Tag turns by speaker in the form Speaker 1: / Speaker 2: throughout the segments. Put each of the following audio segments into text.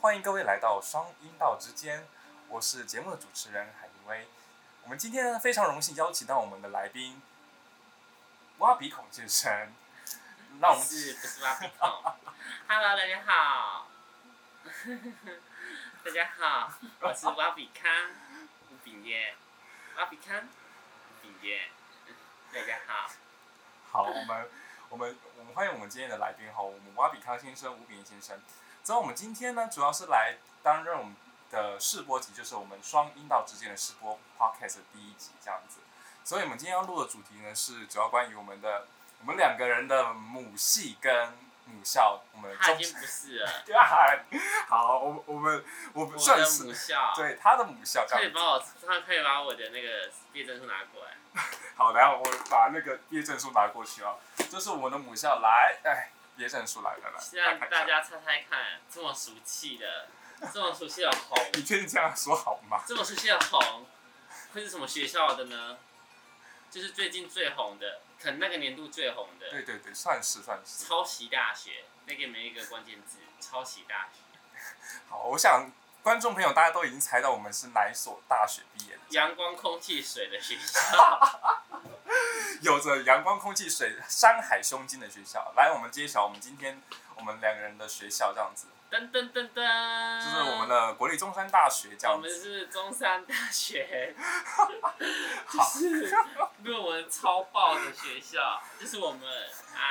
Speaker 1: 欢迎各位来到双音道之间，我是节目的主持人海明威。我们今天呢非常荣幸邀请到我们的来宾挖鼻孔先生。那我
Speaker 2: 不
Speaker 1: 们
Speaker 2: 是不是挖鼻孔 ？Hello，大家好， 大家好，我是挖比康吴炳业，挖比康吴炳业，大家好，
Speaker 1: 好，我们我们我们欢迎我们今天的来宾哈，我们挖比康先生、吴炳先生。之后我们今天呢，主要是来担任我们的试播集，就是我们双音道之间的试播 podcast 的第一集这样子。所以我们今天要录的主题呢，是主要关于我们的我们两个人的母系跟母校，我们的
Speaker 2: 他
Speaker 1: 中
Speaker 2: 已经不是了，
Speaker 1: 呀， 好，我们我们我们
Speaker 2: 我
Speaker 1: 算
Speaker 2: 的
Speaker 1: 是
Speaker 2: 母校，
Speaker 1: 对他的母校这
Speaker 2: 可以
Speaker 1: 样子。
Speaker 2: 把我，他可以把我的那个毕业证书拿过来，
Speaker 1: 好，然后我把那个毕业证书拿过去啊，这是我们的母校，来，哎，毕业证书来了来，
Speaker 2: 让
Speaker 1: 看一下
Speaker 2: 大家猜猜看，这么俗气的，这么俗气的红，
Speaker 1: 你确定这样说好吗？
Speaker 2: 这么熟悉的红，会是什么学校的呢？就是最近最红的，可能那个年度最红的，
Speaker 1: 对对对，算是算是。
Speaker 2: 抄袭大学。那个每一个关键字，抄袭大学，
Speaker 1: 好，我想观众朋友大家都已经猜到我们是哪一所大学毕业的，
Speaker 2: 阳光、空气、水的学校。
Speaker 1: 有着阳光、空气、水、山海胸襟的学校。来，我们揭晓我们今天我们两个人的学校这样子，
Speaker 2: 噔噔噔
Speaker 1: 就
Speaker 2: 噔，
Speaker 1: 是我们，的国立中山大学这
Speaker 2: 嗯我
Speaker 1: 样
Speaker 2: 们
Speaker 1: 子。
Speaker 2: 是中山大 学，
Speaker 1: 好，
Speaker 2: 论文超爆的学校，就是我们。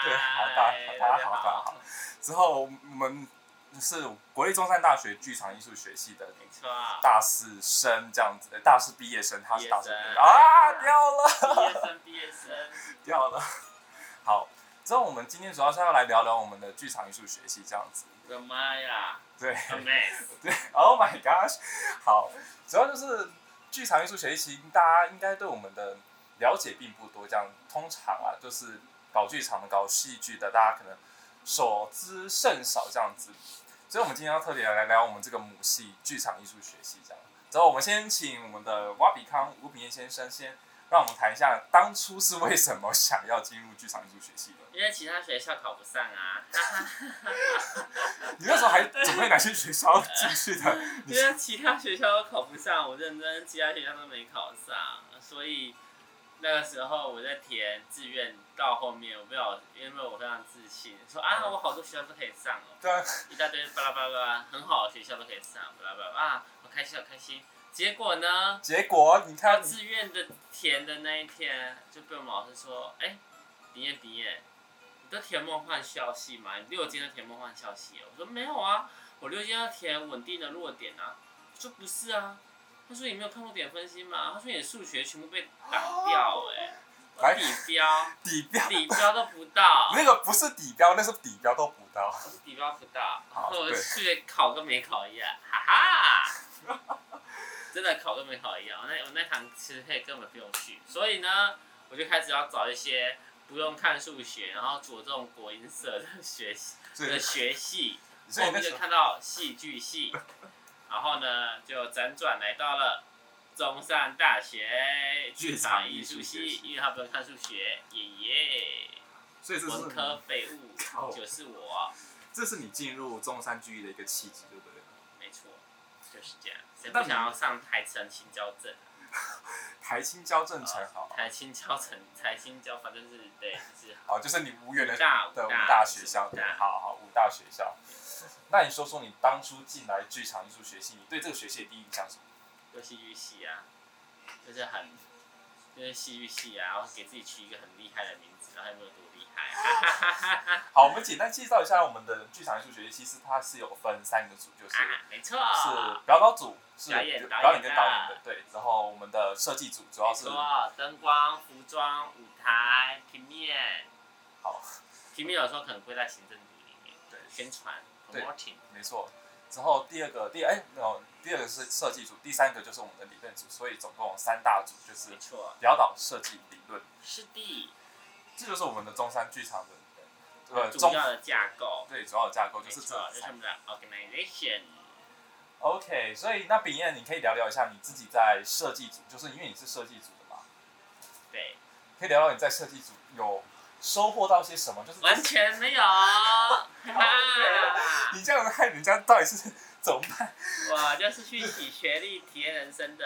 Speaker 1: 对好
Speaker 2: 哎，
Speaker 1: 大好大
Speaker 2: 大家
Speaker 1: 好大好之后我们是国立中山大学剧场艺术学系的
Speaker 2: 没错啊，
Speaker 1: 大四生这样子，呃大四毕业生，他是大四毕业
Speaker 2: 毕业
Speaker 1: 生
Speaker 2: 生
Speaker 1: 啊，掉了。
Speaker 2: 毕业生，毕业生，
Speaker 1: 掉了。好，之后我们今天主要是要来聊聊我们的剧场艺术学系这样子。
Speaker 2: 我的妈呀
Speaker 1: 对
Speaker 2: a m a z
Speaker 1: 对，Oh my gosh！好，主要就是剧场艺术学习，大家应该对我们的了解并不多。这样，通常啊，就是搞剧场的、搞戏剧的，大家可能所知甚少这样子。所以，我们今天要特别来聊我们这个母系剧场艺术学系这样。之后，我们先请我们的挖比康吴炳彦先生先让我们谈一下当初是为什么想要进入剧场艺术学系的。
Speaker 2: 因为其他学校考不上啊，
Speaker 1: 你那时候还准备哪些学校进去的？你
Speaker 2: 因为其他学校都考不上，我认真，其他学校都没考上，所以那个时候我在填志愿到后面，我不要，因为我非常自信，说啊，我好多学校都可以上哦，
Speaker 1: 对啊，
Speaker 2: 一大堆巴拉巴拉巴拉，很好的学校都可以上，巴拉巴拉啊，好开心好开心。结果呢，
Speaker 1: 结果你
Speaker 2: 到
Speaker 1: 看，
Speaker 2: 志愿的填的那一天，就被我们老师说，哎、迪燕迪燕，你都填梦幻校系嘛？你六间都填梦幻校系了？我说没有啊，我六间要填稳定的弱点啊。我说不是啊，他说你没有看过点分析吗？他说你数学全部被打掉哎、
Speaker 1: 哎
Speaker 2: 我底标
Speaker 1: 底标
Speaker 2: 底标都不 到，
Speaker 1: 那个不是底标，那是底标都不到。
Speaker 2: 我是底标不到，然
Speaker 1: 好
Speaker 2: 后我
Speaker 1: 对
Speaker 2: 数学考跟没考一样，哈哈。 真的考跟没考一样，我那我那堂其实可以根本不用去，所以呢，我就开始要找一些不用看数学，然后着重国音社的学习
Speaker 1: 所以
Speaker 2: 的，学系，
Speaker 1: 所以
Speaker 2: 后
Speaker 1: 那
Speaker 2: 面
Speaker 1: 时
Speaker 2: 就
Speaker 1: 候
Speaker 2: 看到戏 剧系，然后呢就辗转来到了中山大学
Speaker 1: 剧
Speaker 2: 剧
Speaker 1: 场
Speaker 2: 场
Speaker 1: 艺
Speaker 2: 艺
Speaker 1: 术
Speaker 2: 术
Speaker 1: 学
Speaker 2: 系
Speaker 1: 系，
Speaker 2: 因为他不用看数学，耶耶，
Speaker 1: 所以这
Speaker 2: 文
Speaker 1: 是
Speaker 2: 科废物
Speaker 1: 靠
Speaker 2: 就是我。
Speaker 1: 这是你进入中山居艺的一个契机，对不对？
Speaker 2: 没错，就是这样。谁
Speaker 1: 那
Speaker 2: 不
Speaker 1: 你
Speaker 2: 想要上台城青交证？
Speaker 1: 台青交正成好，
Speaker 2: 台青交城、台青交，反正是对，就是
Speaker 1: 好，就是你无缘的
Speaker 2: 大
Speaker 1: 的
Speaker 2: 五
Speaker 1: 五大学
Speaker 2: 是
Speaker 1: 校，
Speaker 2: 五
Speaker 1: 对，
Speaker 2: 大
Speaker 1: 好好五大学校。那你说说你当初进来剧场艺术学系，你对这个学系的第一印象是什么？
Speaker 2: 有戏剧系啊，就是很就是戏剧系啊，然后给自己取一个很厉害的名字，然后也没有多厉害。
Speaker 1: 好，我们简单介绍一下我们的剧场艺术学系，其实它是有分三个组，就是
Speaker 2: 啊，没错，
Speaker 1: 是表导组，是
Speaker 2: 表演
Speaker 1: 表演跟导
Speaker 2: 导
Speaker 1: 演
Speaker 2: 演
Speaker 1: 的
Speaker 2: 的，
Speaker 1: 对。然后我们的设计组主要
Speaker 2: 没
Speaker 1: 是
Speaker 2: 错，啊灯光、服装、舞台、平面，
Speaker 1: 好，
Speaker 2: 平面有时候可能归在行政组里面，
Speaker 1: 对，
Speaker 2: 宣传、
Speaker 1: 对
Speaker 2: promoting，
Speaker 1: 没错。之后第二个第哎没有，第二个是设计组，第三个就是我们的理论组，所以总共有三大组，就是
Speaker 2: 没错，
Speaker 1: 表导、设计、理论，
Speaker 2: 是的，
Speaker 1: 这就是我们的中山剧场的呃
Speaker 2: 主
Speaker 1: 中
Speaker 2: 要的架构。
Speaker 1: 对主要的架构就
Speaker 2: 没
Speaker 1: 是
Speaker 2: 错，啊
Speaker 1: 这
Speaker 2: 就是我
Speaker 1: 三。
Speaker 2: 们的 organization。
Speaker 1: OK，所以那炳彦，你可以聊聊一下你自己在设计组，就是因为你是设计组的嘛，
Speaker 2: 对，
Speaker 1: 可以聊聊你在设计组有收获到些什么？就是
Speaker 2: 完全没 有，啊哈哈，
Speaker 1: 你这样害人家到底是怎么办？
Speaker 2: 我就是去洗学历、体验人生的，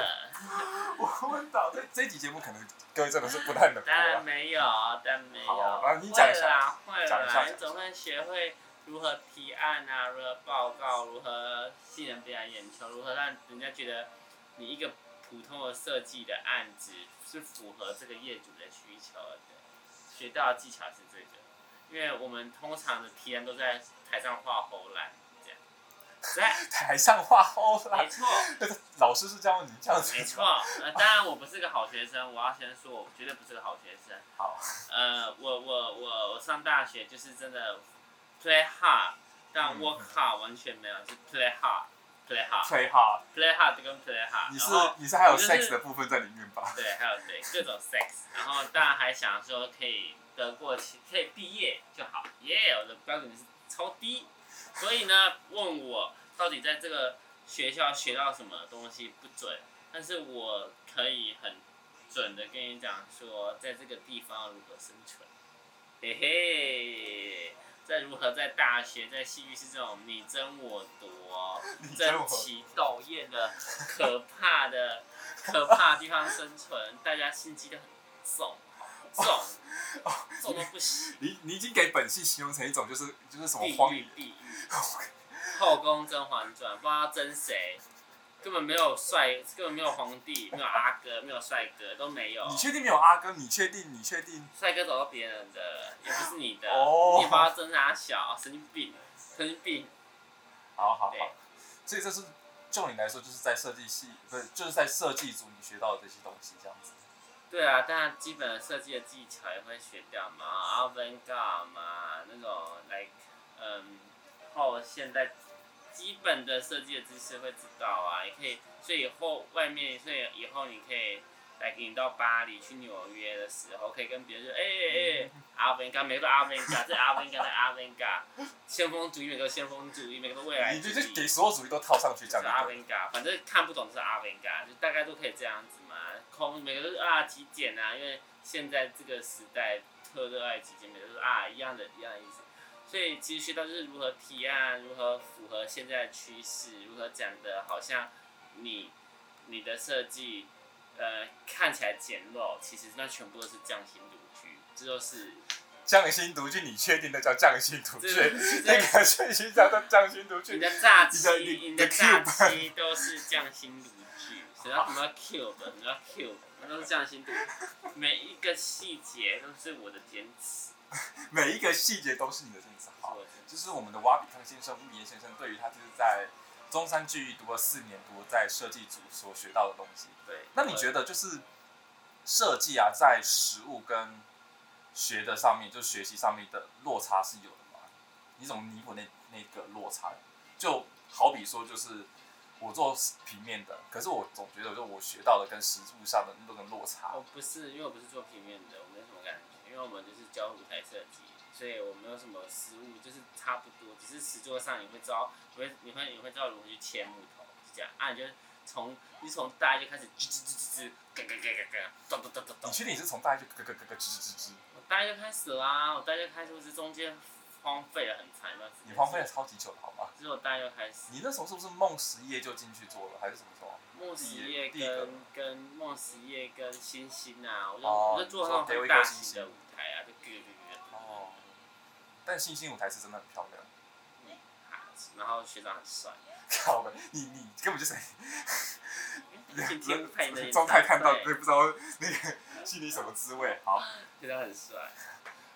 Speaker 1: 我问到这这期节目可能各位真的是不太能播
Speaker 2: 当然
Speaker 1: 啊。
Speaker 2: 没有，当然没有。
Speaker 1: 好啊你讲一下
Speaker 2: 会啦，
Speaker 1: 讲
Speaker 2: 会
Speaker 1: 一下讲
Speaker 2: 啦，
Speaker 1: 一下
Speaker 2: 你总会学会如何提案啊，如何报告，如何吸引别人眼球，如何让人家觉得你一个普通的设计的案子是符合这个业主的需求的。学到的技巧是这个，因为我们通常的提案都在台上画红蓝这样， 在
Speaker 1: 台上画欧啦
Speaker 2: 没，错。
Speaker 1: 老师是教你这样子。
Speaker 2: 没错。，呃，当然我不是个好学生，我要先说，我绝对不是个好学生。
Speaker 1: 好，
Speaker 2: 呃，我我我我上大学就是真的 play hard，但
Speaker 1: 嗯
Speaker 2: work hard 完全没有，是 play hard，play
Speaker 1: 吹哈，
Speaker 2: hard，play hard 跟 play hard，
Speaker 1: 你
Speaker 2: 然
Speaker 1: 是
Speaker 2: 后
Speaker 1: 你是还有
Speaker 2: 我就是
Speaker 1: sex 的部分在里面吧？
Speaker 2: 对，还有对各种 sex，然后当然还想说可以得过且可以毕业就好，耶、我的标准是超低，所以呢，问我到底在这个学校学到什么东西不准，但是我可以很准的跟你讲说，在这个地方如何生存，嘿嘿，在如何在大学在戏剧是这种你争我夺。
Speaker 1: 你真
Speaker 2: 争
Speaker 1: 我
Speaker 2: 奇斗 艳的可怕的可怕的地方生存，大家心机都很重，重
Speaker 1: 哦
Speaker 2: 重到不行，
Speaker 1: 你你已经给本戏形容成一种就是就是什么
Speaker 2: 地
Speaker 1: 荒
Speaker 2: 狱地狱，后宫甄嬛传，不知道争谁，根本没有帅，根本没有皇帝，没有阿哥，没有帅哥，都没有
Speaker 1: 你。确定没有阿哥？你确定？你确定？
Speaker 2: 帅哥找到别人的，也不是你的，
Speaker 1: 哦
Speaker 2: 你也不知道争啥小，神经病，神经病。
Speaker 1: 好好
Speaker 2: 对
Speaker 1: 好。所以这是就你来说，就是在设计系，不是就是在设计组你学到的这些东西，这样子。
Speaker 2: 对啊，当然基本的设计的技巧也会学掉嘛 a v a n g a r 嘛，那种 like 嗯后现代基本的设计的知识会知道啊，也可以，所以以后外面，所以以后你可以来你到巴黎去纽约的时候，可以跟别人说，哎哎哎 a v a n g a r 每个都 a v a n g a r 这 a v a n g a r 那 a v a n g a r 先锋主义每个都先锋主义，每个都未来
Speaker 1: 你
Speaker 2: 主
Speaker 1: 就
Speaker 2: 义。
Speaker 1: 就给所有主义都套上去，这样
Speaker 2: 就是阿
Speaker 1: 就对了。
Speaker 2: 文嘎，反正看不懂就是阿文嘎，就大概都可以这样子嘛。空每个都是啊极简啊，因为现在这个时代特热爱极简，每个都是啊一样的一样的意思。所以其实学到就是如何提案，如何符合现在的趋势，如何讲的好像你你的设计呃看起来简陋，其实那全部都是匠心独具，这就是
Speaker 1: 匠心独具，你确定那叫匠心独
Speaker 2: 这
Speaker 1: 具？
Speaker 2: 是
Speaker 1: 那个确实叫做匠心独
Speaker 2: 你
Speaker 1: 具。
Speaker 2: 的炸
Speaker 1: 你
Speaker 2: 鸡
Speaker 1: 的，你
Speaker 2: 你的
Speaker 1: 你的
Speaker 2: 炸
Speaker 1: cube
Speaker 2: 鸡都是匠心独具，谁要什么 cube，什么 cube，那都是匠心独具，每一个细节都是我的坚持。
Speaker 1: 每一个细节都是你的坚持。好，
Speaker 2: 我的坚持
Speaker 1: 就是我们的瓦比康先生、吴岩先生，对于他就是在中山剧艺读了四年，读了在设计组所学到的东西。
Speaker 2: 对。
Speaker 1: 那你觉
Speaker 2: 得？
Speaker 1: 得就是设计啊，在实物跟学的上面，就学习上面的落差是有的吗？你怎么弥补那那个落差？就好比说，就是我做平面的，可是我总觉得，就我学到的跟实物上的那个落差，
Speaker 2: 我不是，因为我不是做平面的，我没什么感觉，因为我们就是教舞台设计，所以我没有什么失误，就是差不多，只是实作上你会知道，你会你会你会知道如何去切木头，就这样啊，你就从你从大一就开始吱吱吱吱吱，嘎嘎嘎嘎嘎，咚咚咚咚
Speaker 1: 你
Speaker 2: 咚。
Speaker 1: 确定你是从大一就咯咯咯咯吱吱吱吱，
Speaker 2: 我大一就开始啦，我大一就开始，我只是中间荒废了很长一段时间。
Speaker 1: 你荒废了？超级久了，好吗？
Speaker 2: 只有大一就开始，
Speaker 1: 你那时候是不是梦实业就进去做了，还是什么时候？
Speaker 2: 梦实业
Speaker 1: 第一个
Speaker 2: 跟跟梦实业跟星星啊，我就、
Speaker 1: 哦
Speaker 2: 我就做那种很大型的舞台啊，就咯咯咯咯。
Speaker 1: 哦，但星星舞台是真的很漂亮。
Speaker 2: 然后学长很帅，
Speaker 1: 靠呗，你你根本就是
Speaker 2: 今天拍的
Speaker 1: 状态看到，
Speaker 2: 对
Speaker 1: 对，不知道那个心里什么滋味。好，
Speaker 2: 学长很帅。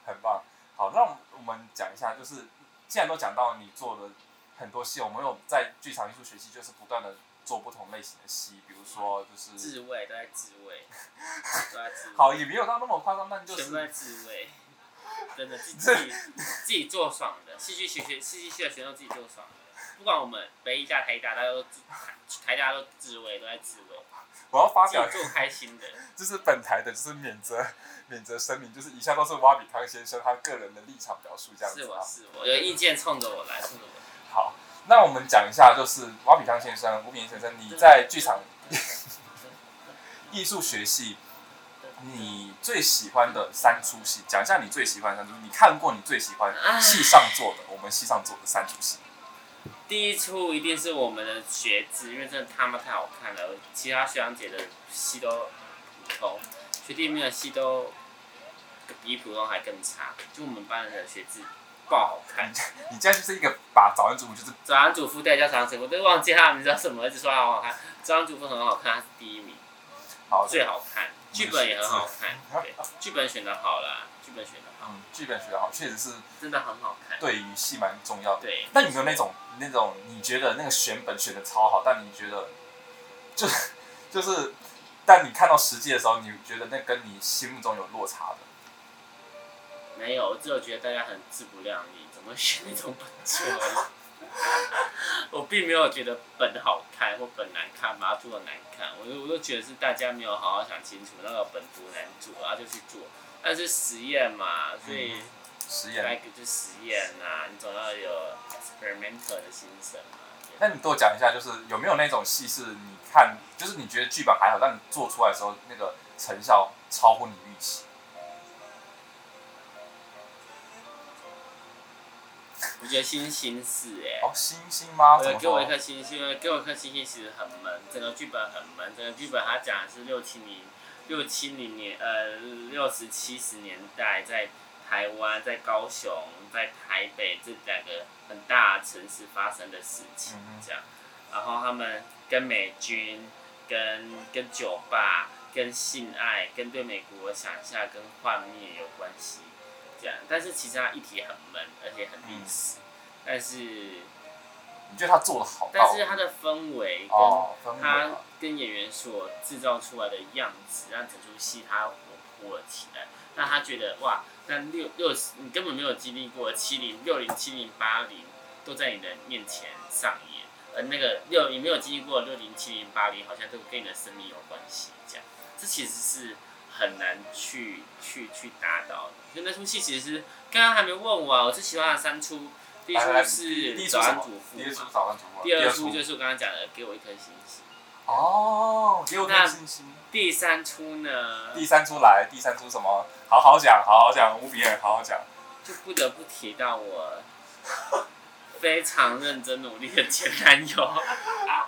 Speaker 1: 很棒。好，那我们讲一下，就是既然都讲到你做的很多戏，我们有在剧场艺术学习，就是不断的做不同类型的戏，比如说就是
Speaker 2: 自慰都在自慰，都在自 慰，
Speaker 1: 好，也没有到那么夸张，但就
Speaker 2: 全部在
Speaker 1: 是
Speaker 2: 自慰，真的自己自己自己做爽的，戏剧学学戏剧系的学生自己做爽的，不管我们北艺大、台大，大家都自台大都自慰，都在自慰，
Speaker 1: 我要发
Speaker 2: 自
Speaker 1: 表
Speaker 2: 己做开心的，
Speaker 1: 就是本台的就是免责免责声明，就是以下都是挖比康先生他个人的立场表述这样子
Speaker 2: 是
Speaker 1: 啊
Speaker 2: 我。是我，有意见冲着我来，冲着我来。
Speaker 1: 好，那我们讲一下，就是挖比康先生、吴炳先生，你在剧场艺术学系，你最喜欢的三出戏，讲一下你最喜欢的三出，你看过你最喜欢戏上做的，我们戏上做的三出戏。
Speaker 2: 第一出一定是我们的学子，因为真的他妈太好看了，其他学长姐的戏都普通，学弟妹的戏都比普通还更差，就我们班的学子爆好看。
Speaker 1: 你现在就是一个把早安主母就是
Speaker 2: 早安主妇对叫早安主妇，我都忘记他的名字叫什么，一直说他好好看。早安主妇很好看，他是第一名，
Speaker 1: 好，
Speaker 2: 最好看，剧本也很好看，对
Speaker 1: 嗯，
Speaker 2: 剧本选的好啦，剧本选的好，
Speaker 1: 嗯，剧本学得好，确实是
Speaker 2: 真的很好看。
Speaker 1: 对于戏蛮重要的。
Speaker 2: 对，
Speaker 1: 那有没有那种那种你觉得那个选本选的超好，但你觉得就是 就是，但你看到实际的时候，你觉得那跟你心目中有落差的？
Speaker 2: 没有，我只有觉得大家很自不量力，怎么会选那种本子 而已？我并没有觉得本好看或本难看，把它做的难看，我就我就觉得是大家没有好好想清楚那个本多难做，然后就去做。但是实验嘛，所以
Speaker 1: 嗯实
Speaker 2: 那
Speaker 1: 验，
Speaker 2: 个就实验啊，你总要有 experimental 的精神嘛。
Speaker 1: 那你跟我讲一下，就是有没有那种戏是你看，就是你觉得剧本还好，但你做出来的时候那个成效超乎你预期？
Speaker 2: 我觉得星星是哎、
Speaker 1: 哦，星星吗？
Speaker 2: 我
Speaker 1: 怎么
Speaker 2: 觉得给我
Speaker 1: 说
Speaker 2: 一？颗星星，因为给我一颗星星其实很闷，整个剧本很闷，整个剧本它讲的是六七零六七零年呃六十七十年代在台湾在高雄在台北这两个很大的城市发生的事情
Speaker 1: 嗯哼
Speaker 2: 这样，然后他们跟美军跟跟酒吧跟性爱跟对美国的想象跟幻灭有关系这样，但是其实它议题很闷，而且很历史，
Speaker 1: 嗯
Speaker 2: 但是。
Speaker 1: 你觉得他做的好到？
Speaker 2: 但是它的氛围
Speaker 1: 哦
Speaker 2: 跟，
Speaker 1: 氛围
Speaker 2: 它
Speaker 1: 啊
Speaker 2: 跟演员所制造出来的样子，让整出戏它活泼了起来，让他觉得哇，那六六十你根本没有经历过七零六零七零八零都在你的面前上演，而那个六你没有经历过六零七零八零，好像都跟你的生命有关系，这样，这其实是很难去去去达到的。所以那出戏其实是刚刚还没问我啊，我最喜欢的三出，第一出
Speaker 1: 来来
Speaker 2: 是
Speaker 1: 第一
Speaker 2: 《
Speaker 1: 出
Speaker 2: 早
Speaker 1: 什
Speaker 2: 安
Speaker 1: 么
Speaker 2: 主妇
Speaker 1: 第一》
Speaker 2: 嘛
Speaker 1: 出。早安主播，
Speaker 2: 第二出
Speaker 1: 出
Speaker 2: 就是我刚刚讲的，给我一颗星星。
Speaker 1: 哦，给我
Speaker 2: 那
Speaker 1: 看星星。
Speaker 2: 第三出呢，
Speaker 1: 第三出来，第三出什么？好好讲，好好讲，无比尔，好好讲。
Speaker 2: 就不得不提到我非常认真努力的前男友。啊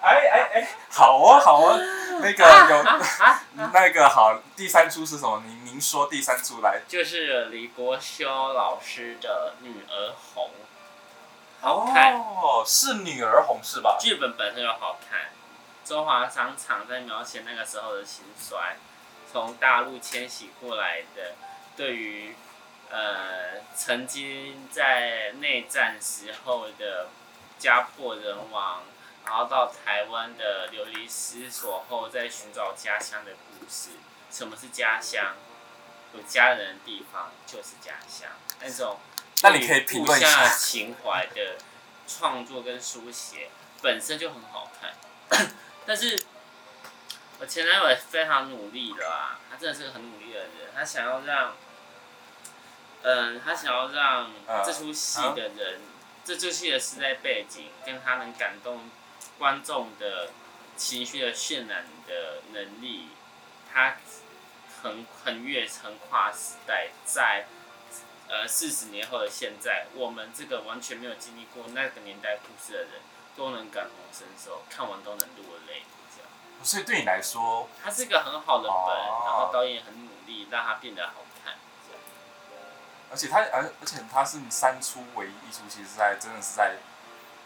Speaker 1: 哎哎哎，好哦，好哦，那个
Speaker 2: 啊，
Speaker 1: 有那个好，第三出是什么？您您说第三出来，
Speaker 2: 就是李国修老师的《女儿红》，好看，
Speaker 1: 哦，是女儿红是吧？
Speaker 2: 剧本本身就好看。中华商场在描写那个时候的兴衰，从大陆迁徙过来的，对于呃曾经在内战时候的家破人亡，然后到台湾的流离失所后，在寻找家乡的故事。什么是家乡？有家人的地方就是家乡，那种
Speaker 1: 那
Speaker 2: 对
Speaker 1: 你
Speaker 2: 于
Speaker 1: 可以评论一
Speaker 2: 故乡的
Speaker 1: 下
Speaker 2: 情怀的创作跟书写本身就很好看， 但是我前男友也非常努力的啊，他真的是个很努力的人，他想要让，嗯、他想要让
Speaker 1: 呃
Speaker 2: 这出戏的人，这出戏的时代背景跟他能感动观众的情绪的渲染的能力，他很很越横跨时代，在呃四十年后的现在，我们这个完全没有经历过那个年代故事的人，都能感同身受，看完都能落泪，这样。
Speaker 1: 所以对你来说，
Speaker 2: 它是一个很好的本，
Speaker 1: 哦
Speaker 2: 然后导演很努力让它变得好看。这样
Speaker 1: 而且它而而且它是三出唯一一出，其实是在真的是在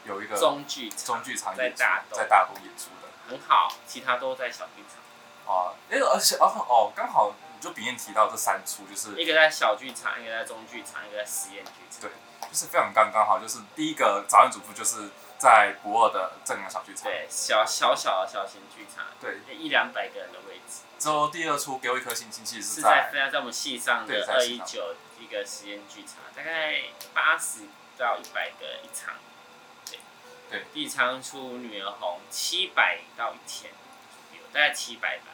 Speaker 1: 有一个
Speaker 2: 中剧
Speaker 1: 中
Speaker 2: 场
Speaker 1: 剧场
Speaker 2: 在
Speaker 1: 演出
Speaker 2: 大，东
Speaker 1: 在大东演出的。
Speaker 2: 很好，其他都在小剧场，
Speaker 1: 啊，哎，而且哦哦，刚好你就别人提到这三出，就是
Speaker 2: 一个在小剧场，一个在中剧场，一个在实验剧场
Speaker 1: 对。就是非常刚刚好，就是第一个早安主妇就是在博尔的正阳小剧场，
Speaker 2: 对，小小小的小型剧场，
Speaker 1: 对，
Speaker 2: 一两百个人的位置，
Speaker 1: 之后第二出给我一颗星星，其实
Speaker 2: 是
Speaker 1: 是
Speaker 2: 在
Speaker 1: 在
Speaker 2: 分在我们系上
Speaker 1: 欸对
Speaker 2: 的
Speaker 1: 在
Speaker 2: 二
Speaker 1: 系
Speaker 2: 一
Speaker 1: 上
Speaker 2: 九一个实验剧场，大概八十到一百个一场。对，
Speaker 1: 对，
Speaker 2: 一场出《女儿红》七百到一千左右，大概七百吧。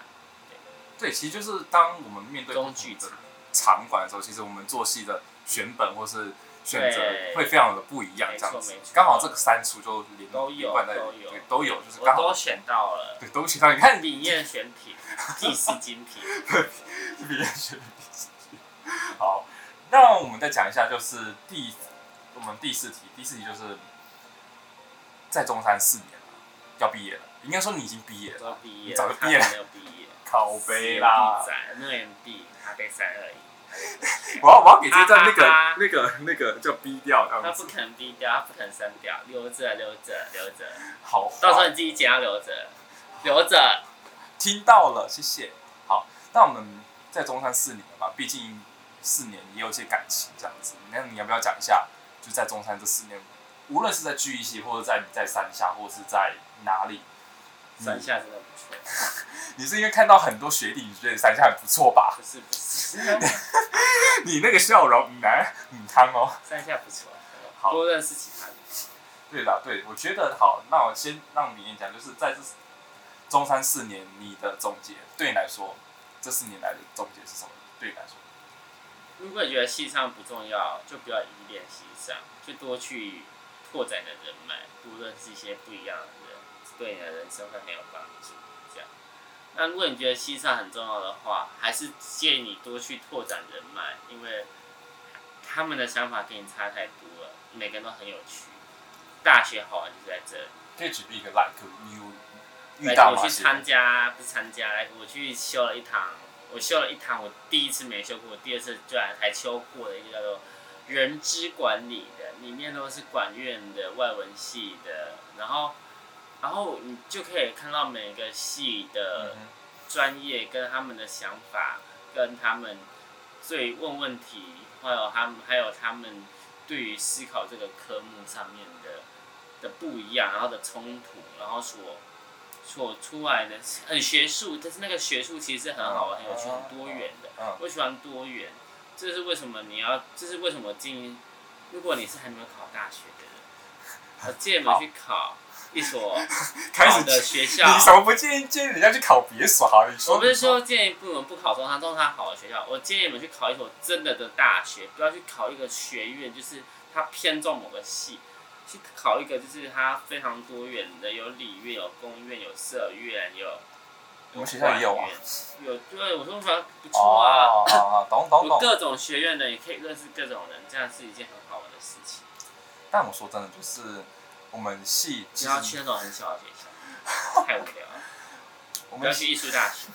Speaker 1: 对，其实就是当我们面对不
Speaker 2: 中
Speaker 1: 同
Speaker 2: 剧
Speaker 1: 的
Speaker 2: 场。
Speaker 1: 场馆的时候，其实我们做戏的选本或是选择
Speaker 2: 对
Speaker 1: 会非常的不一样，这样
Speaker 2: 没
Speaker 1: 子
Speaker 2: 错没错。
Speaker 1: 刚好这个三处就连
Speaker 2: 都有
Speaker 1: 连贯在
Speaker 2: 都有
Speaker 1: 对都有，就是
Speaker 2: 我
Speaker 1: 刚
Speaker 2: 都
Speaker 1: 好
Speaker 2: 选到了。
Speaker 1: 对都写到。你看
Speaker 2: 理念选品， 屁是精品。
Speaker 1: 比人学的东西 好，那我们再讲一下，就是第我们第四题，第四题就是在中山四年了，要毕业了，应该说你已经毕业了，
Speaker 2: 早毕业，
Speaker 1: 早就毕业了
Speaker 2: 他还没有毕业。
Speaker 1: 靠
Speaker 2: 四
Speaker 1: 背
Speaker 2: 年
Speaker 1: 啦
Speaker 2: 必！展，那年毕，他被三而已。
Speaker 1: 我要我要给这一段那个
Speaker 2: 哈哈哈
Speaker 1: 那个那个就逼掉这
Speaker 2: 他
Speaker 1: 样
Speaker 2: 不
Speaker 1: 子，
Speaker 2: 肯低调，他不肯删掉，留着留着留着，
Speaker 1: 好话，
Speaker 2: 到时候你自己剪要留着，留着。
Speaker 1: 听到了，谢谢。好，那我们在中山四年了嘛，毕竟四年也有一些感情这样子。那你要不要讲一下，就在中山这四年，无论是在聚义系，或者在你在山下，或是在哪里，嗯
Speaker 2: 山下真的不错，
Speaker 1: 你是因为看到很多学弟，你觉得山下很不错吧？
Speaker 2: 不是 不是，
Speaker 1: 你那个笑容，嗯来，嗯汤哦。
Speaker 2: 山下不错，
Speaker 1: 好
Speaker 2: 多认识其他人。
Speaker 1: 对啦，对，我觉得好，那我先让明言讲，就是在这中山四年，你的总结对你来说，这四年来的总结是什么？对你来说，
Speaker 2: 如果你觉得戏上不重要，就不要依恋戏上，就多去拓展你的人脉，多认识一些不一样的人，对你的人生会很有帮助。这样，那如果你觉得戏上很重要的话，还是建议你多去拓展人脉，因为他们的想法跟你差太多了，每个人都很有趣。大学好玩就在这里。
Speaker 1: 可以举例一个 like 你有遇
Speaker 2: 来
Speaker 1: 到
Speaker 2: 我
Speaker 1: 吗？
Speaker 2: 去参加，不是参加，来我去修了一堂，我修了一堂，我第一次没修过，我第二次居然还修过的一个叫做人资管理的，里面都是管院的、外文系的，然后，然后你就可以看到每个系的
Speaker 1: 嗯哼
Speaker 2: 专业跟他们的想法，跟他们最问问题，还有他们还有他们对于思考这个科目上面的的不一样，然后的冲突，然后所所出来的很学术，但是那个学术其实很好玩、很有趣、
Speaker 1: 嗯
Speaker 2: 很多元的。
Speaker 1: 嗯
Speaker 2: 我喜欢多元，这是为什么你要，这是为什么经营。如果你是还没有考大学的 人，我建议你们去考一所
Speaker 1: 开
Speaker 2: 好
Speaker 1: 始
Speaker 2: 的学校。
Speaker 1: 你怎么不建议建议人家去考别所？好，你说
Speaker 2: 我不是
Speaker 1: 你
Speaker 2: 说建议不能不考中山，中山好的学校，我建议你们去考一所真的的大学，不要去考一个学院，就是它偏重某个系，去考一个就是它非常多元的，有理院、有工院、有社院、有
Speaker 1: 我们学校也有啊
Speaker 2: 管院，有对，我说反正不
Speaker 1: 哦
Speaker 2: 错啊，
Speaker 1: 哦哦，懂懂
Speaker 2: 有
Speaker 1: 懂。
Speaker 2: 各种学院的，也可以认识各种人，这样是一件很好玩的事情。
Speaker 1: 但我说真的，就是我们系
Speaker 2: 不
Speaker 1: 其
Speaker 2: 要去
Speaker 1: 实
Speaker 2: 那种很小的学 校，太无聊了，
Speaker 1: 我
Speaker 2: 不要
Speaker 1: 们
Speaker 2: 去艺术大学，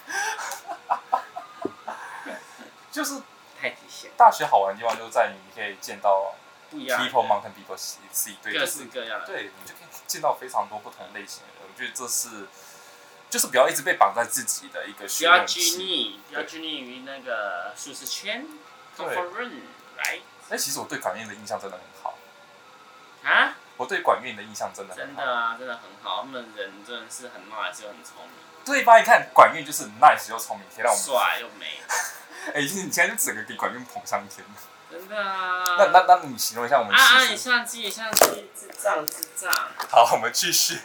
Speaker 1: 就是
Speaker 2: 太极限，
Speaker 1: 大学好玩的地方就在于你可以见到
Speaker 2: 不一样的
Speaker 1: people mountain people sea，对，
Speaker 2: 各
Speaker 1: 就是
Speaker 2: 式各样的人。
Speaker 1: 对，你就可以见到非常多不同类型的人。我觉得这是就是不要一直被绑在自己的一个
Speaker 2: 不
Speaker 1: 学
Speaker 2: 要
Speaker 1: 院
Speaker 2: 拘
Speaker 1: 系。
Speaker 2: 泥，不要拘泥于那个舒适圈，comfort room，right？
Speaker 1: 哎，其实我对管院的印象真的很好，
Speaker 2: 啊，
Speaker 1: 我对管院的印象真的很
Speaker 2: 真
Speaker 1: 好
Speaker 2: 的。啊，真的很好，他们人真的是很 nice 又很聪明，
Speaker 1: 对吧？你看管院就是 nice 又聪明，可以让我们
Speaker 2: 帅又美，
Speaker 1: 哎，你现在就整个给管院捧上天。
Speaker 2: 真的啊。
Speaker 1: 那那那你形容一下我们
Speaker 2: 啊啊！你
Speaker 1: 系数？
Speaker 2: 相机，相机，智障，智障。
Speaker 1: 好，我们继续。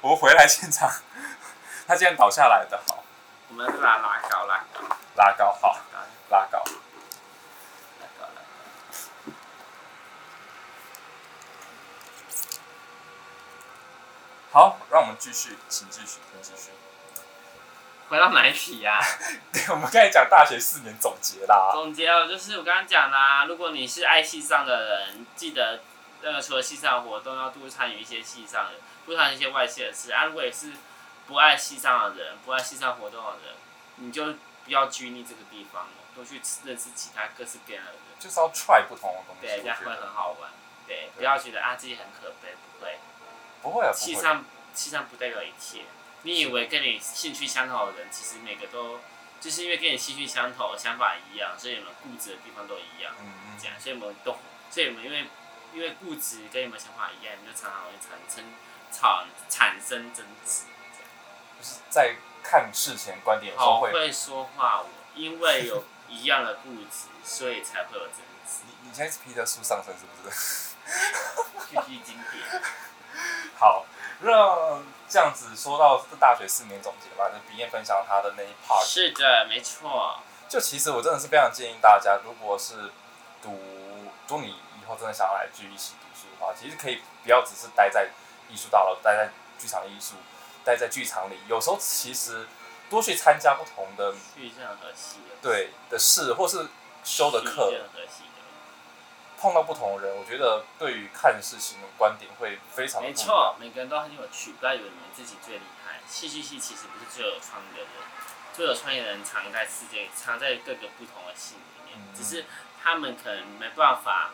Speaker 1: 我们回来现场， 他竟然倒下来的，好，
Speaker 2: 我们要把它拉高，拉高，
Speaker 1: 拉高，好，
Speaker 2: 拉高，
Speaker 1: 拉高。
Speaker 2: 拉高，拉高。
Speaker 1: 好，让我们继续，请继续，请继续。
Speaker 2: 回到哪一题呀、
Speaker 1: 对，我们刚才讲大学四年总结啦。
Speaker 2: 总结哦，就是我刚刚讲啦，如果你是爱戏上的人，记得那个除了戏上的活动，要多参与一些戏上的，多参与一些外戏的事。啊，如果也是不爱戏上的人，不爱戏上活动的人，你就不要拘泥这个地方了，多去认识其他各式各样的人，
Speaker 1: 就是要 try 不同的东西，
Speaker 2: 对，
Speaker 1: 我
Speaker 2: 这样
Speaker 1: 觉
Speaker 2: 会
Speaker 1: 得
Speaker 2: 很好玩。对，不要觉得啊自己很可悲，不会，
Speaker 1: 不会啊，
Speaker 2: 戏
Speaker 1: 不会。
Speaker 2: 上戏上不代表一切。你以为跟你兴趣相投的人，其实每个都就是因为跟你兴趣相投，想法一样，所以你们固执的地方都一样。
Speaker 1: 嗯嗯，
Speaker 2: 讲，所以我们都，所以我们因为因为固执跟你们想法一样，你们就常常会产生产产生争执。
Speaker 1: 就是在看事前观点的时候
Speaker 2: 好
Speaker 1: 会，
Speaker 2: 会说话，我因为有一样的固执，所以才会有争执。
Speaker 1: 你你现在是披着书上身是不是？
Speaker 2: 句句经典，
Speaker 1: 好，那这样子说到大学四年总结吧，那毕业分享他的那一 part
Speaker 2: 是的，没错。
Speaker 1: 就其实我真的是非常建议大家，如果是读，如果你以后真的想要来剧一起读书的话，其实可以不要只是待在艺术大楼，待在剧场艺术，待在剧场里。有时候其实多去参加不同的
Speaker 2: 去任何系的，
Speaker 1: 对的事，或是修的
Speaker 2: 去
Speaker 1: 课，
Speaker 2: 任何系的，
Speaker 1: 碰到不同的人，我觉得对于看事情的观点会非常的
Speaker 2: 没
Speaker 1: 不一样。
Speaker 2: 错，每个人都很有趣，不要以为你们自己最厉害。戏剧系其实不是最有创意的人，最有创意的人藏在世界，藏在各个不同的系里面，
Speaker 1: 嗯
Speaker 2: 只是他们可能没办法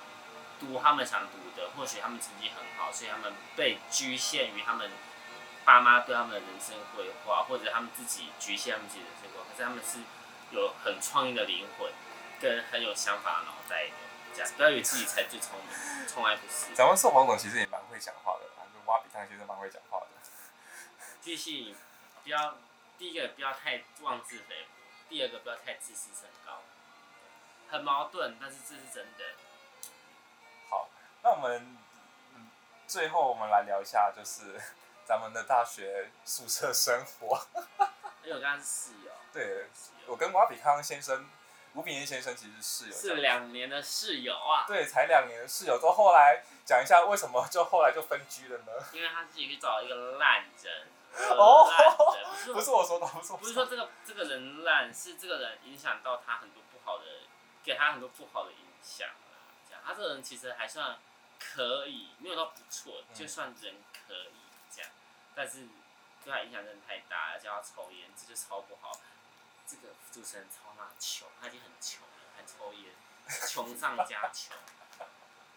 Speaker 2: 读他们想读的，或许他们成绩很好，所以他们被局限于他们爸妈对他们的人生规划，或者他们自己局限他们自己的人生规划。可是他们是有很创意的灵魂，跟很有想法的脑袋的。这样不要以为自己才最聪明，从来不是。
Speaker 1: 咱们受访总其实也蛮会讲话的啦，就挖鼻汤先生蛮会讲话的。
Speaker 2: 继续，不要第一个不要太妄自菲薄，第二个不要太自视甚高，很矛盾，但是这是真的。
Speaker 1: 好，那我们嗯最后我们来聊一下，就是 咱们的大学宿舍生活。
Speaker 2: 因为我刚刚是室友，
Speaker 1: 对
Speaker 2: 室友
Speaker 1: 我跟瓜比康先生、吴炳炎先生其实是有
Speaker 2: 是两年的室友啊，
Speaker 1: 对，才两年的室友，之后后来讲一下为什么就后来就分居了呢？
Speaker 2: 因为他自己去找一个烂人，
Speaker 1: 哦
Speaker 2: 烂人不
Speaker 1: 不
Speaker 2: 是
Speaker 1: 是我说的，不是我
Speaker 2: 不是
Speaker 1: 的
Speaker 2: 说这个这个人烂，是这个人影响到他很多不好的，给他很多不好的影响啊。这样，他这个人其实还算可以，没有到不错，
Speaker 1: 嗯
Speaker 2: 就算人可以这样，但是对他影响真的太大了，叫他抽烟，这就超不好。这个主持人超他穷，他已经很穷了，还抽烟，穷上加穷，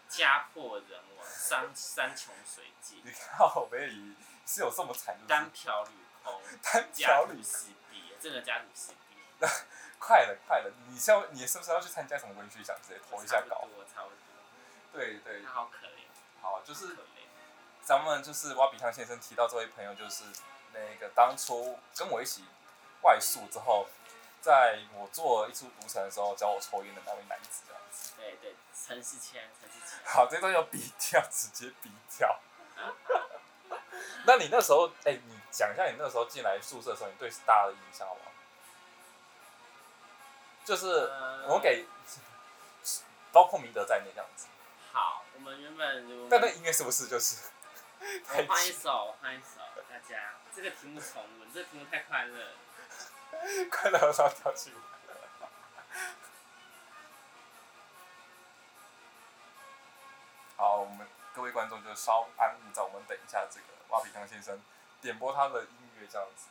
Speaker 2: 家破人亡， 山山穷水尽，
Speaker 1: 你看我贝里是有这么惨，就是
Speaker 2: 单漂旅空，
Speaker 1: 单
Speaker 2: 家
Speaker 1: 条
Speaker 2: 徒
Speaker 1: 旅
Speaker 2: 四壁，真的家徒四壁。
Speaker 1: 快了快了，你像你是不是要去参加什么文学奖之类，投一下稿？
Speaker 2: 我差不多，
Speaker 1: 对对，
Speaker 2: 他好可怜，
Speaker 1: 好，就是
Speaker 2: 可怜。
Speaker 1: 咱们就是挖比康先生提到这位朋友，就是那个当初跟我一起外宿之后，在我做一出独城的时候教我抽烟的那位男子，这样子。
Speaker 2: 对对，陈思谦，陈思谦，
Speaker 1: 好，这段要逼掉，直接逼掉。那你那时候，哎、你讲一下你那时候进来宿舍的时候，你对大家的印象好不好？就是
Speaker 2: 呃
Speaker 1: 我给，包括明德在内这样子。
Speaker 2: 好，我们原本我
Speaker 1: 但那
Speaker 2: 们
Speaker 1: 音乐是不是就是太
Speaker 2: 我换一
Speaker 1: 奇
Speaker 2: 首，换一首，大家这个题目重温，这个题目太快乐了。
Speaker 1: 快乐到跳起舞？ 好，我们各位观众就稍安勿躁，我们等一下这个瓦比康先生点播他的音乐这样子。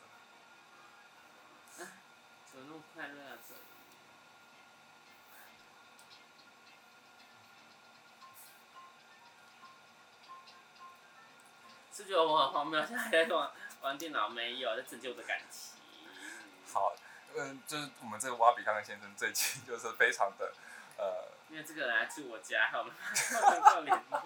Speaker 2: 怎么那么快乐啊？这是觉得我很荒谬，现在还在玩玩电脑，没有在拯救我的感情。
Speaker 1: 好，嗯，就是我们这个瓦比康先生最近就是非常的呃，
Speaker 2: 因为这个人来住我家，好吗？能够联络。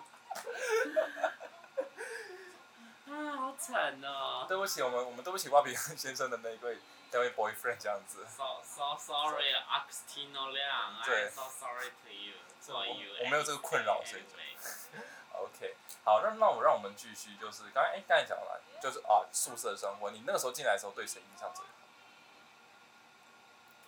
Speaker 2: 啊，好惨哦、
Speaker 1: 对不起，我们我们对不起瓦比康先生的那一位那位 boyfriend 这样子。
Speaker 2: So so sorry, Agustino Liang. I'm
Speaker 1: 对
Speaker 2: so sorry to you. For you.
Speaker 1: 我没有这个困扰所以
Speaker 2: Anyway，
Speaker 1: OK，好，那那我让我们继续，就是刚才哎刚才讲了，就是啊宿舍生活，你那个时候进来的时候对谁印象最好？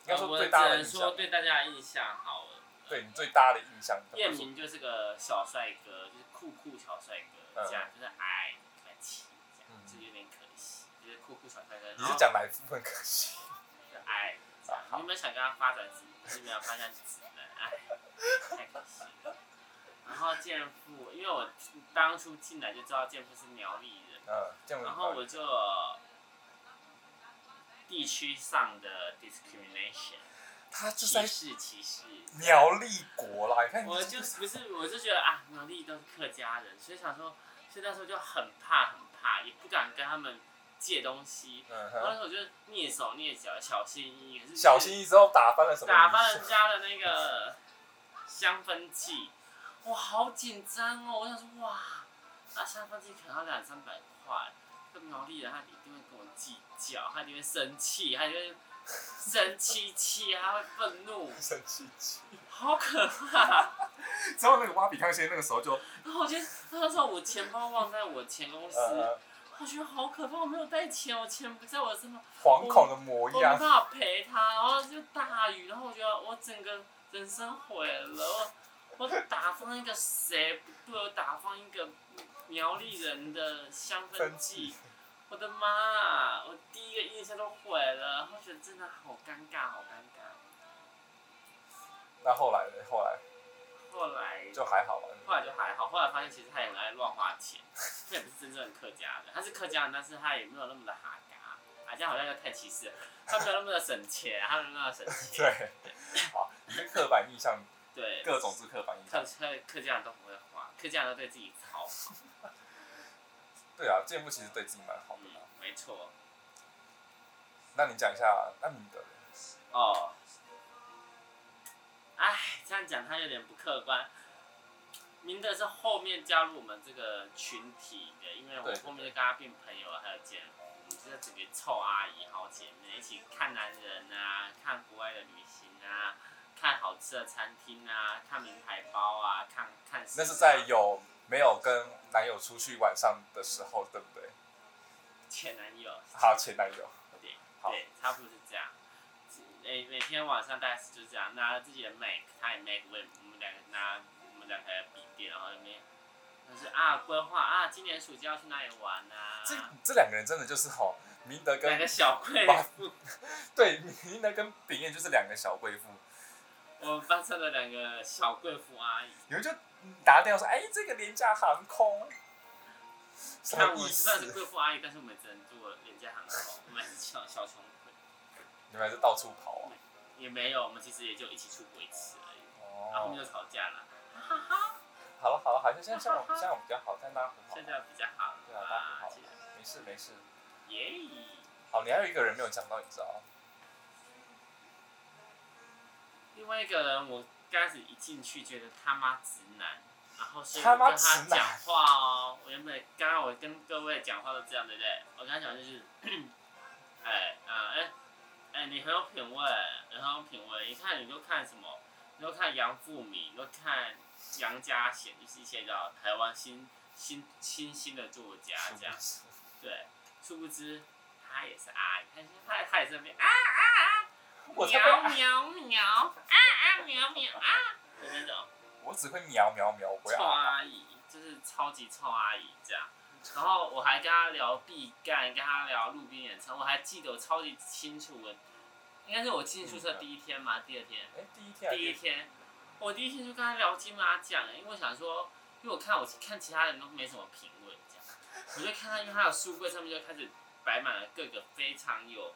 Speaker 1: 应该
Speaker 2: 呃
Speaker 1: 说
Speaker 2: 我
Speaker 1: 对
Speaker 2: 只
Speaker 1: 大家的
Speaker 2: 能
Speaker 1: 印
Speaker 2: 说
Speaker 1: 象，
Speaker 2: 对大家的印象好了。
Speaker 1: 对你最大的印象。
Speaker 2: 叶明就是个小帅哥，就是酷酷小帅哥，
Speaker 1: 嗯
Speaker 2: 这样就是矮一百七，这样
Speaker 1: 嗯
Speaker 2: 就有点可惜，就是酷酷小帅哥。
Speaker 1: 你
Speaker 2: 然
Speaker 1: 是
Speaker 2: 后
Speaker 1: 讲哪一部分可惜？
Speaker 2: 就矮，这样哎你有没有想跟他发展直，可是没有发展直男，哎，太可惜了。然后健父，因为我当初进来就知道健父是苗栗人，
Speaker 1: 嗯，这样
Speaker 2: 然后我就地区上的 discrimination，
Speaker 1: 他就
Speaker 2: 歧
Speaker 1: 在
Speaker 2: 视歧视。
Speaker 1: 苗栗国啦，你看你
Speaker 2: 我就是不是，我就觉得啊，苗栗都是客家人，所以想说，所以那时候就很怕很怕，也不敢跟他们借东西。
Speaker 1: 嗯
Speaker 2: 然后那
Speaker 1: 哼，
Speaker 2: 时候就蹑手蹑脚，小心翼翼，可是就是
Speaker 1: 小心翼翼之后打翻了什么？
Speaker 2: 打翻人家的那个香氛剂，哇，好紧张哦！我想说，哇，那香氛剂可能要两三百块，这苗栗人他一定会跟我计较，他一定会生气，他一定会生气气，他会愤怒，
Speaker 1: 生气气。
Speaker 2: 好可怕！
Speaker 1: 之后那个挖比康先生那个时候就，
Speaker 2: 然后我就那时候我钱包忘在我前公司，
Speaker 1: 呃，
Speaker 2: 我觉得好可怕，我没有带钱，我钱不在我身上。
Speaker 1: 惶恐的模
Speaker 2: 我没办
Speaker 1: 样。
Speaker 2: 法陪他，然后就大雨，然后我觉得我整个人生毁了，我我打翻一个谁，不如打翻一个苗栗人的香氛
Speaker 1: 分
Speaker 2: 剂
Speaker 1: 剂。
Speaker 2: 我的妈啊！我第一个印象都毁了，然后觉得真的好尴尬，好尴尬。
Speaker 1: 那后来呢？后来
Speaker 2: 后来
Speaker 1: 就还好吧。
Speaker 2: 后来就还好，后来发现其实他也很爱乱花钱，他也不是真正的客家人，他是客家人，但是他也没有那么的哈嘎，啊，这样好像又太歧视了，他没有那么的省钱，他没有那么的省钱，
Speaker 1: 对，好，你是刻板印象，
Speaker 2: 对，
Speaker 1: 各种是刻板印象。
Speaker 2: 客客客家人都不会花，客家人都对自己超好，
Speaker 1: 对啊，健步其实对自己蛮好
Speaker 2: 嗯
Speaker 1: 的啦。，
Speaker 2: 没错，
Speaker 1: 那你讲一下，那你的
Speaker 2: 哦，哎，这样讲他有点不客观。明德是后面加入我们这个群体的，因为我
Speaker 1: 对对
Speaker 2: 后面就跟他变朋友了，还有姐，我们就是整个臭阿姨好姐妹，一起看男人啊，看国外的旅行啊，看好吃的餐厅啊，看名牌包啊，看看书啊。
Speaker 1: 那是在有没有跟男友出去晚上的时候，对不对？
Speaker 2: 前男友，
Speaker 1: 好，前男友。
Speaker 2: 对
Speaker 1: 好
Speaker 2: 对，差不多是这样。每每天晚上大概是就这样，拿着自己的 Mac，他也 Mac，我也我们两个拿我们两个的笔电，然后那边就是啊规划啊，今年暑假要去哪里玩啊？
Speaker 1: 这这两个人真的就是吼，明德
Speaker 2: 两个
Speaker 1: 跟
Speaker 2: 小贵
Speaker 1: 哇
Speaker 2: 妇，
Speaker 1: 对明德跟炳彦就是两个小贵妇，
Speaker 2: 我们班上的两个小贵妇阿姨，
Speaker 1: 你们就打电话说，哎，这个廉价航空，什
Speaker 2: 看
Speaker 1: 么
Speaker 2: 我
Speaker 1: 意
Speaker 2: 们虽然是
Speaker 1: 思？
Speaker 2: 贵妇阿姨，但是我们只能做廉价航空，我们还是小小穷鬼，
Speaker 1: 你们还是到处跑啊？
Speaker 2: 也没有，我们其实也就一起出国一次而已，然后后
Speaker 1: 哦
Speaker 2: 面，就吵架了，
Speaker 1: 好了好了，好像现在 像我像我比较好，但大家很好
Speaker 2: 现，在比较好了
Speaker 1: 对啊大家
Speaker 2: 吧
Speaker 1: 很好
Speaker 2: 其实
Speaker 1: 没事没事。
Speaker 2: 耶。
Speaker 1: 好，你还有一个人没有讲到，你知道吗？
Speaker 2: 另外一个人，我刚开始一进去觉得他妈直男，然后所以
Speaker 1: 他
Speaker 2: 我
Speaker 1: 妈
Speaker 2: 跟他
Speaker 1: 直男
Speaker 2: 讲话哦，我原本刚刚我跟各位讲话都这样，对不对？我跟他讲就是 哎啊哎哎，你很有品味，你很有品味，你看你都看什么？你都看杨富敏，你都看杨家贤，就是一些叫台湾新新新兴的作家这样。对，殊不知他也是阿姨，他是他他也是那边啊啊啊，
Speaker 1: 我才
Speaker 2: 喵
Speaker 1: 不
Speaker 2: 喵喵啊啊喵喵啊的那种
Speaker 1: 我只会啊喵喵喵，我不
Speaker 2: 臭
Speaker 1: 要。
Speaker 2: 阿姨，就是超级臭阿姨这样。然后我还跟他聊毕赣，跟他聊路边演唱，我还记得我超级清楚的，应该是我进宿舍
Speaker 1: 嗯
Speaker 2: 第一天嘛，第二天。
Speaker 1: 哎，第一天还
Speaker 2: 第一
Speaker 1: 是
Speaker 2: 天，我第一天就跟他聊金马奖、欸，因为我想说，因为我看我看其他人都没什么品味，这样，我就看他，因为他的书柜上面就开始摆满了各个非常有，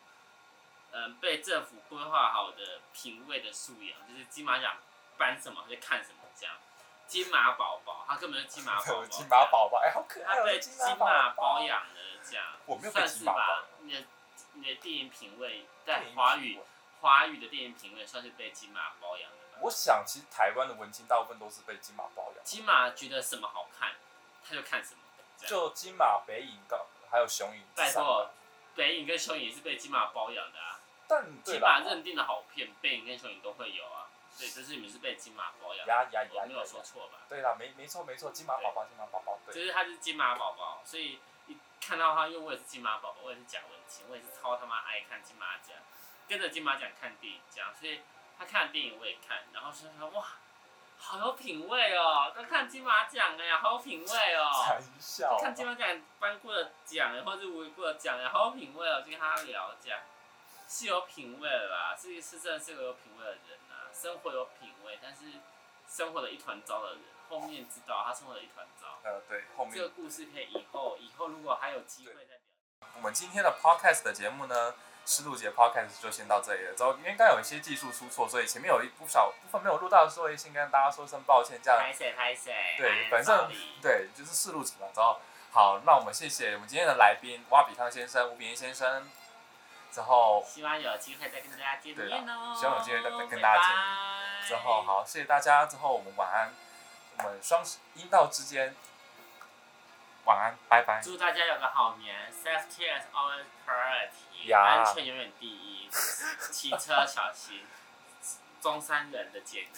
Speaker 2: 嗯、被政府规划好的品味的素养，就是金马奖颁什么他就看什么这样，金马宝宝，他根本就金马宝 宝，
Speaker 1: 金马宝宝，哎，好可爱
Speaker 2: 他
Speaker 1: 哦，
Speaker 2: 被
Speaker 1: 金
Speaker 2: 金马包
Speaker 1: 宝。
Speaker 2: 养了这样，
Speaker 1: 我没有被
Speaker 2: 算
Speaker 1: 金
Speaker 2: 是
Speaker 1: 马包
Speaker 2: 吧
Speaker 1: 养，
Speaker 2: 你的你的电影品味在
Speaker 1: 电影
Speaker 2: 华
Speaker 1: 品
Speaker 2: 语
Speaker 1: 味。
Speaker 2: 华语的电影品味算是被金马包养的吧。
Speaker 1: 我想，其实台湾的文青大部分都是被金马包养，
Speaker 2: 金马觉得什么好看，他就看什么。这样
Speaker 1: 就金马、北影、高还有雄影这
Speaker 2: 拜
Speaker 1: 三
Speaker 2: 托
Speaker 1: 个。，
Speaker 2: 北影跟雄影是被金马包养的啊，
Speaker 1: 但对
Speaker 2: 金马
Speaker 1: 啦，
Speaker 2: 认定的好片，北影跟雄影都会有啊，所以就是你们是被金马包养的，
Speaker 1: 呀呀
Speaker 2: 我
Speaker 1: 呀
Speaker 2: 没有说错吧？
Speaker 1: 对啦，没没错没错，金马宝宝，金马宝宝，
Speaker 2: 就
Speaker 1: 对，
Speaker 2: 是他是金马宝宝，所以一看到他，因为我也是金马宝宝，我也是贾文清，我也是超他妈爱看金马奖，跟着金马奖看电影这样，所以他看的电影我也看，然后就说哇，好有品味哦，都看金马奖哎、好有品味 哦。
Speaker 1: 谈笑
Speaker 2: 看金马奖颁过的奖，或者我过的奖，好有品味哦，就跟他聊这样，是有品味的啦，这个是真的是个有品味的人啊，生活有品味，但是生活的一团糟的人，后面知道他生活的一团糟。
Speaker 1: 呃，对，后
Speaker 2: 这个
Speaker 1: 面
Speaker 2: 故事可以以后以后如果还有机会再聊。
Speaker 1: 我们今天的 podcast 的节目呢，湿度节 podcast 就先到这里了。之后因为刚有一些技术出错，所以前面有一不少部分没有录到，所以先跟大家说声抱歉，这样
Speaker 2: 拍谁拍谁？
Speaker 1: 对
Speaker 2: I'm
Speaker 1: 反正
Speaker 2: 哎 sorry
Speaker 1: 对，就是四路指嘛。然后好，那我们谢谢我们今天的来宾蛙比汤先生、吴炳炎先生。之后，
Speaker 2: 希望有机会再跟大家见面哦。
Speaker 1: 希望有机会再跟大家见面
Speaker 2: 面
Speaker 1: 之后，好，谢谢大家。之后我们晚安，我们双阴道之间晚安，拜拜。
Speaker 2: 祝大家有个好眠，safety is always priority，
Speaker 1: 呀
Speaker 2: 安全永远第一， 骑车小心，中山人的建议，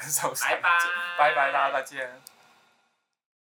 Speaker 1: 手上
Speaker 2: 拜拜
Speaker 1: 拜拜，大家再见。